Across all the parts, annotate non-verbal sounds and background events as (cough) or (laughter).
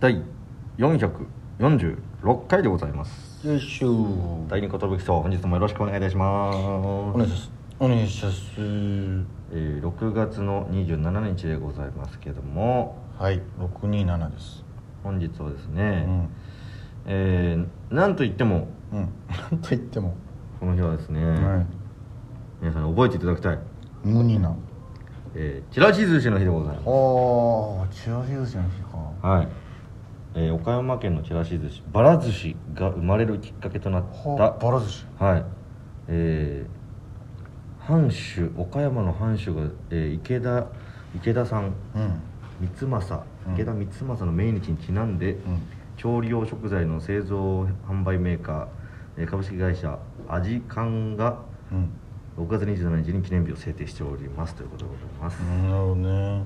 第446回でございますよいしょ第二寿賞本日もよろしくお願いいたしまおす願いしますお願いしますえー、6月の27日でございますけどもはい627です本日はですうね、んえーなんといってもうん (laughs) なんと言っても、この日はですね、は皆さんに覚えていただきたい、い無二なえー、チラシ寿司の日でございますああチラシ寿司の日かはい、えー岡山県のちらし寿司ばら寿司が生まれるきっかけとなっはたバラ寿司はいえー藩主岡山の藩主が、えー池田池田さんうん光政うん池田光政の命日にちなんで、うん調理用食材の製造販売メーカー、えー株式会社アジカンがうん6月27日に記念日を制定しておりますということでございます、うんなるほどね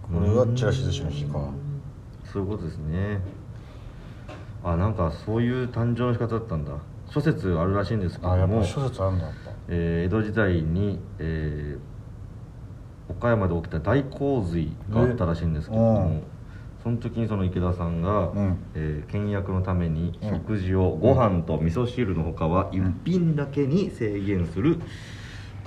これはチラシ寿司の日かそういうことですねあなんかそういう誕生の仕方だったんだ諸説あるらしいんですけどあやっもぱ、諸説あるんだやっえー江戸時代に、えー岡山で起きた大洪水があったらしいんですけどえうもんその時にその池田さんが、うんえー倹約のためにうん食事をご飯と味噌汁のほかは一品だけに制限する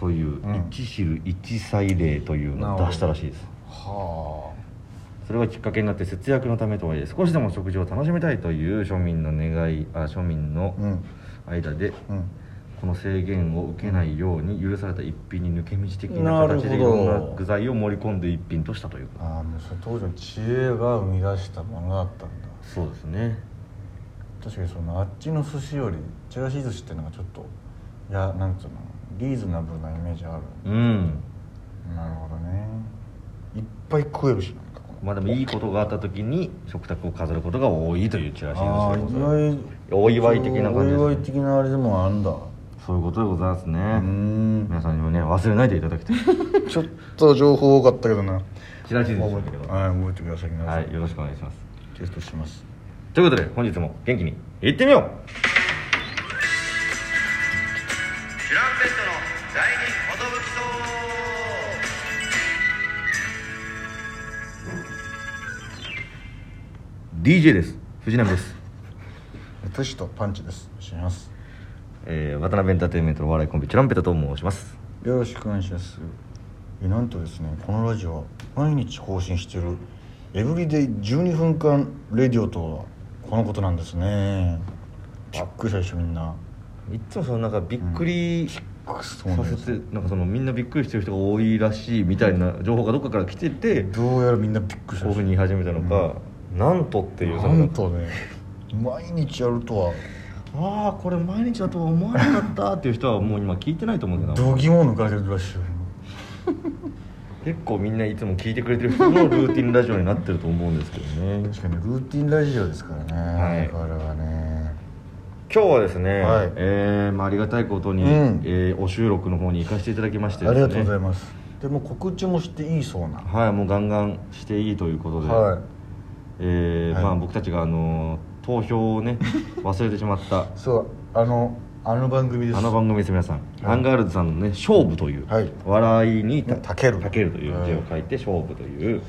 といううん一汁一菜例というのなるほをど出したらしいですぱはそれがきっかけになって節約のためとはいえ少しでも食事を楽しみたいという庶民の願いあ庶民のあうん間でうんこの制限を受けないように許された一品に抜け道的な形でないるほろどんな具材を盛り込んで一品としたというああもうそれ当時の知恵が生み出したものだったんだそうですね確かにそのあっちの寿司よりちらし寿司ってのがちょっといやなんつうのリーズナブルなイメージあるうんなるほどねいっぱい食えるしなんかこのまあでもいいことがあった時に食卓を飾ることが多いというチラシでああござい意ます外お祝い的な感じですねお祝い的なあれでもあるんだそういうことでございますうーねん皆さんにもね忘れないでいただきた (laughs) いちょっと情報多かったけどなチラシで覚えすけてどははい覚えてください皆さん、いよろしくお願いしますテストしますということで本日も元気にいってみようチュランペットの第二寿きうん DJ です藤波です、テストパンチですしますえー、渡辺エンターテインメントのお笑いコンビチュランペタと申しますよろしくお願いしますえなんとですねこのラジオは毎日更新してるエブリデイ12分間レディオとはこのことなんですねびっくりしたでしょみんないっつもそのなんかびっくりさそうなんでせすてなんかそのみんなびっくりしてる人が多いらしいみたいな情報がどっかから来ててこどうやらみんなびっくりしうたいうふうに言い始めたのか、なんとっていうそなのんとね毎日やるとはああこれ毎日だとは思わなかったっていう人はもう今聞いてないと思うけど度肝を抜かれてるらしいよ結構みんないつも聞いてくれてる人のルーティンラジオになってると思うんですけどね確かにルーティンラジオですからね、はいこれはね今日はですね、はいえーまあ、ありがたいことに、うんえーお収録の方に行かせていただきましてあですりねがとうございますでも告知もしていいそうなはいもうガンガンしていいということで、はいえーはいまあ、僕たちがあの投票を (laughs) ね忘れてしまったそうあのあの番組ですあの番組です皆さん、はいアンガールズさんのね「勝負」という、はい笑いにねたけるたけるというはい字を書いて「勝負」という、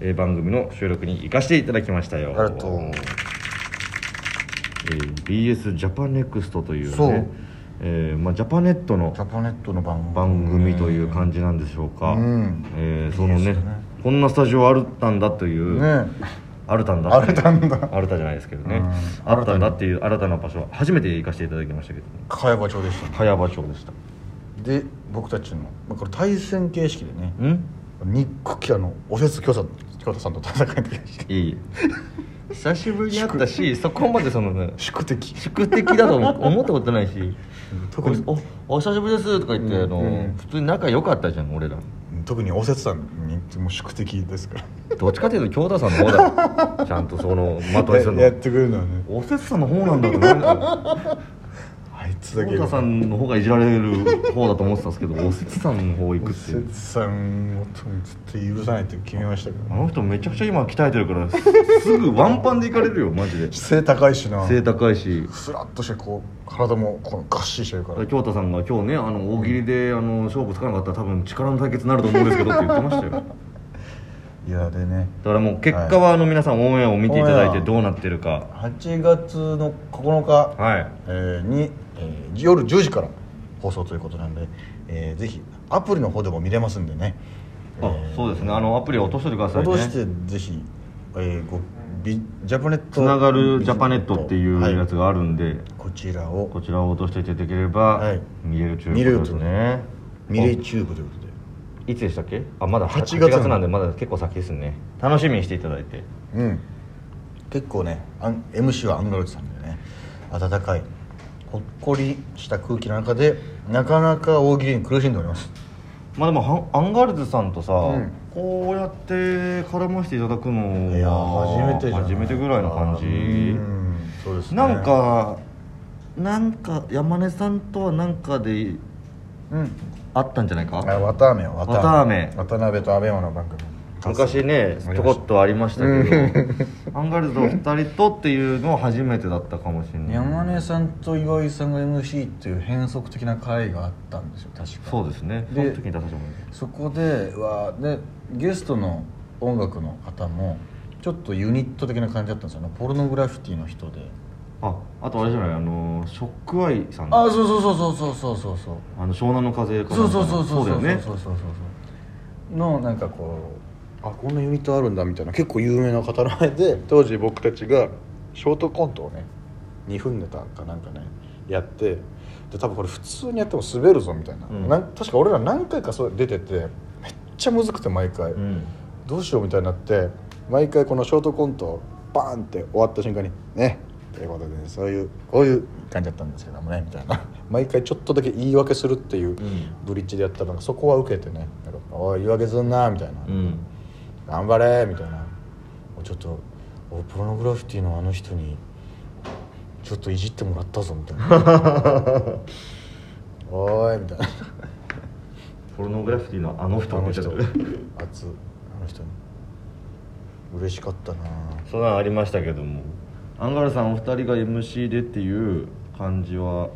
えー番組の収録に行かせていただきましたよありがとうえー BS ジャパネクストというねそうえーまあ、ジャパネットのジャパネットの番組番組という感じなんでしょうか、うんえーそのいいねですねこんなスタジオあるたんだという、ねあるたんだあれなんだあるたじゃないですけどね、うんあったんだっていう新たな場所初めて行かせていただきましたけど、ね、茅場町でした茅場町でしたで僕たちの、まあ、これ対戦形式でねんニック・キアのおせつ京さん京太さんと戦いの時いい久しぶりに会ったしそこまでそのね宿敵宿敵だと思思ったことないし特におおお久しぶりですとか言って、うんあのうん普通に仲良かったじゃん俺ら特におせつさんにもう宿敵ですからどっちかというと京太さんの方 (laughs) だちゃんとその的にするややっのてくれるのはねおせつさんの方なんだろう (laughs) なあいつだけ太田さんの方がいじられる方だと思ってたんですけどおせつさんの方行おくっていせうつさんをとにずっと許さないって決めましたけあどの人めちゃくちゃ今鍛えてるからすすぐワンパンで行かれるよマジで背高い (laughs) しな背高いしスラッとしてこう体もこのガッシリしてるから京太さんが今日ねあの大喜利であの勝負つかなかったら多分力の対決になると思うんですけどって言ってましたよいやでねだからもう結果はあの皆さんオンエアを見ていただいてどうなってるか8月の9日はいえーに、えー夜10時から放送ということなんで、えーぜひアプリの方でも見れますんでねあ、えーそうですねあのアプリを落としててくださいね落としてぜひ、えーごビジャパネットつながるジャパネットっていうやつはいがあるんで、こちらをこちらを落としていただければ、はい見れると見いれうることとですねミレイチューブということでいつでしたっけあまだ8 8月月なんでまだ結構先ですね楽しみにしていただいてうん結構ねあん MC はアンガロイドさんでね温かいほっこりした空気の中でなかなか大喜利に苦しんでおりますまあでもはアンガールズさんとさ、うんこうやって絡ませていただくのはいやー初めてじゃない初めてぐらいの感じうんそうですねなんかなんか山根さんとはなんかでうんあったんじゃないかあ綿飴よ綿飴渡辺と阿部山の番組昔ねありましたちょこっとありましたけど (laughs) アンガールズお二人とっていうのは初めてだったかもしれない山根さんと岩井さんが MC っていう変則的な会があったんですよ確かそうですねでその時に出させてもらいましたそこではでゲストの音楽の方もちょっとユニット的な感じだったんですよねポルノグラフィティの人でああとあれじゃないあのショックアイさんああそうそうそうそうそうそうそうそうの湘南の風かそなんうかそのうそうそうだよねそうそうそうそうのなんかこうあこんなユニットあるんだみたいな結構有名な方の前で当時僕たちがショートコントをね2分ネタかなんかねやってで多分これ普通にやっても滑るぞみたいな,、うんなん確か俺ら何回かそれ出ててめっちゃむずくて毎回、うんどうしようみたいになって毎回このショートコントをバーンって終わった瞬間にねということで、ね、そういうこういう感じだったんですけどもねみたいな (laughs) 毎回ちょっとだけ言い訳するっていうブリッジでやったらなんかそこは受けてね「なんかおい言い訳すんな」みたいなうん「頑張れ」みたいな「ちょっとおポルノグラフィティのあの人にちょっといじってもらったぞ」みた (laughs) いな「おーい」みたいなポルノグラフィティのあの人あの人み熱たいなあの人に嬉しかったなぁそんなのありましたけどもアンガールズさんお二人が MC でっていう感じは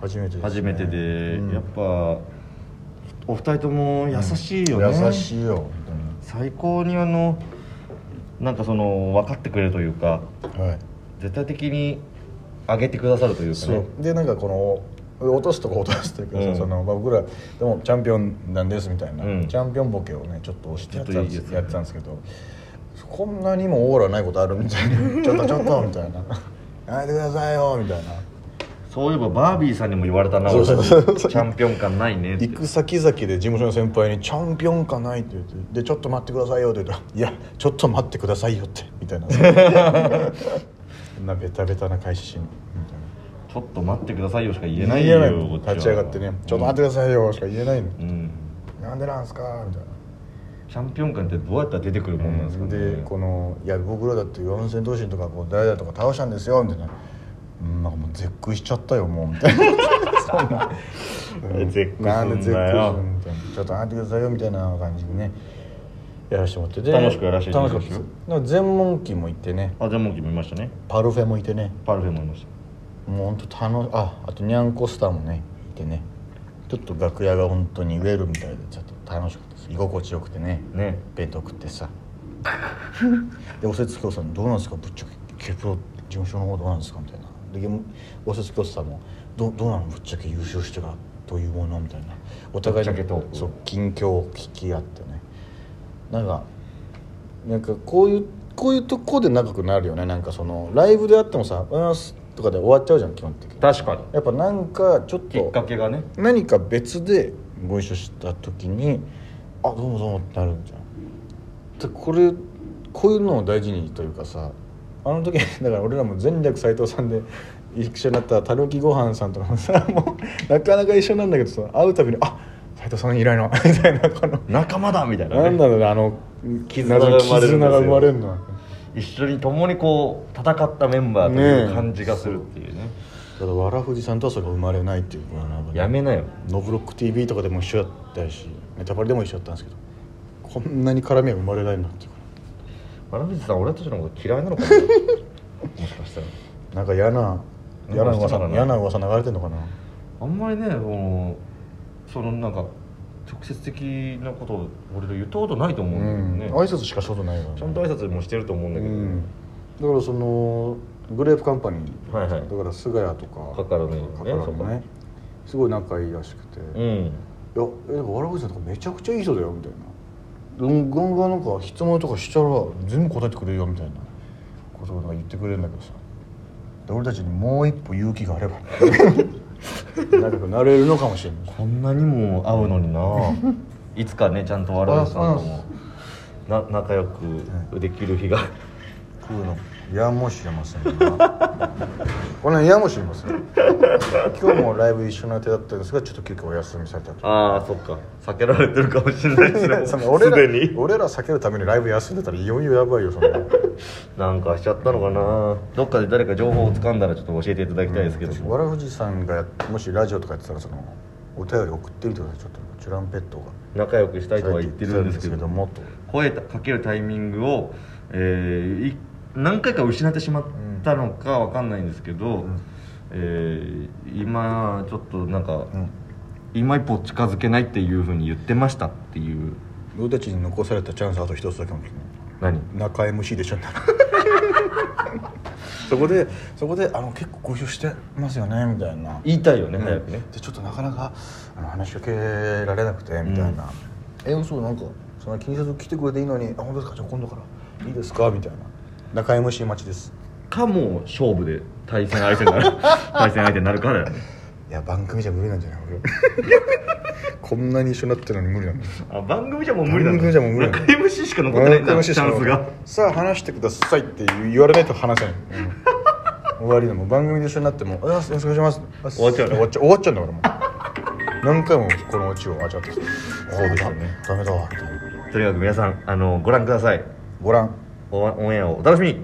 初めてです、ね、初めてで、うんやっぱお二人とも優しいよね、優しいよ本最高にあのなんかその分かってくれるというか当にはい絶対的に上げてくださるというかそねうでなんかこの落とすとこ落とすというか、うんそのまあ僕らでもチャンピオンなんですみたいな、うんチャンピオンボケをねちょっと押してやってたんでちょっすといいやつやってたんですけどこんなにもオーラないことあるみた (laughs) いなちょっとちょっとみたいなやめてくださいよみたいなそういえばバービーさんにも言われたなそうそうそう (laughs) チャンピオン感ないねって行く先々で事務所の先輩に「チャンピオンかない」って言って「でちょっと待ってくださいよ」って言ったら「いやちょっと待ってくださいよ」って (laughs) みたいな (laughs) そんなベタベタな開始シーンみたいなちょっと待ってくださいよしか言え言えなないいよよこっは立ち上がってね「ちょっと待ってくださいよ」しか言えないのうん「なんでなんすか?」みたいチャンピオン感ってどうやったら出てくるもんなんですかなね、でこの「いや僕らだって四千頭身とかこう誰々とか倒したんですよ」みたいな「うんなんかもう絶句しちゃったよもう」みたいなそんなえ (laughs) 絶句なんです絶句すんるだよみたいなちょっと待ってくださいよみたいな感じでねやらせてもらってで楽しくやらせていただ楽きしましかったたよですなんか全問記もいてねあじゃあもう決めましたねパルフェもいてねパルフェもいましもう本当楽しああとニャンコスターもねいてねちょっと楽屋が本当にウェルみたいでちょっと楽しかったです居心地よくてねたね弁当食ってさでおせつきょうさんどうなんですかぶっちゃけ K プロ事務所の方どうなんですかみたいなでゲームおせつきょうさんもどどうなのぶっちゃけ優勝してからどういうものみたいなお互いぶっちゃけトークそう近況を聞き合ってねなんかなんかこういうこういうとこで仲良くなるよねなんかそのライブであってもさ「おはようございます」とかで終わっちゃうじゃん基本的に確かにやっぱなんかちょっときっかけがね何か別でご一緒した時に「あどうもどうも」ってなるんじゃんでこれこういうのを大事にというかさあの時 (laughs) だから俺らも前略斎藤さんで一緒になったたぬきごはんさんとかもさ (laughs) もうなかなか一緒なんだけどさ会うたびに「あ斎藤さん以来の」みたいな (laughs) この仲間だみたいななんねだろうねあの絆が生まれるんですよ絆が生まれるのは一緒に共にこう戦ったメンバーという感じがするっていうねただわらふじさんとはそれが生まれないっていうこのやめなよノブロック TV とかでも一緒だったしネタバレでも一緒だったんですけどこんなに絡みは生まれないなっていう原口さん俺たちのこと嫌いなのかなもしかしたらなんか嫌な嫌ななんかしてた噂らね嫌な噂流れてんのかなあんまりねそのそのなんか直接的なことを俺ら言ったことないと思ううんんだよね、挨拶しかしたことないからねちゃんと挨拶もしてると思うんだけど、うんだからそのグレープカンパニー、はいはいだから菅谷とかカカロニのねカカロニもねすごい仲いいらしくて、ういやんえなんか笑うさんとかめちゃくちゃいい人だよみたいなガンガンガンなんか質問とかしたら全部答えてくれるよみたいなことをなんか言ってくれるんだけどさで俺たちにもう一歩勇気があれば仲良くなれるのかもしれないこんなにも会うのにないつかねちゃんと笑うさんともな仲良くできる日が、 (laughs) 食うのやもしれませんなこの辺やもしれません今日もライブ一緒の予定だったんですがちょっと急遽お休みされたとああそっか避けられてるかもしれ (laughs) ないですいやね (laughs) そのもう俺すでらに俺ら避けるためにライブ休んでたらいよいよやばいよそれなんかしちゃったのかなどっかで誰か情報を掴んだらちょっと教えていただきたいですけども、わらふじさんがもしラジオとかやってたらそのお便り送ってみてくださいちょっとチュランペットが仲良くしたいとは言ってるんですけどももっと声かけるタイミングを、えーい何回か失ってしまったのかわかんないんですけど、んえー今ちょっとなんか、うん今一歩近づけないっていうふうに言ってましたっていう俺たちに残されたチャンスあと一つだけかもしれない何中 MC でしょ (laughs) そこでそこであの結構ご一緒してますよねみたいな言いたいよね、うん早くねでちょっとなかなかあの話しかけられなくてみたいな「え嘘なんかそんな気にせず来てくれていいのにあ本当ですかじゃあ今度からいいですか」みたいな「中 MC 待ちですかもう勝負で対戦相手にな (laughs) る対戦相手になるからだよね」いや番組じゃ無理なんじゃない俺 (laughs) こんなに一緒になってるのに無理なんだあ番組じゃもう無理なんだ番組じゃもう無理なんだ中 MC しか残ってないんだチャンスがさあ話してくださいって言われないと話 (laughs) せない、終わりだもう番組で一緒になっても「あよろしくお願いします」終わっちゃうね終わっちゃう終わっちゃうんだからもう何回もこのオチを味わってきてそうですよねダメだわとにかく皆さんあのご覧くださいご覧オンオンエアをお楽しみに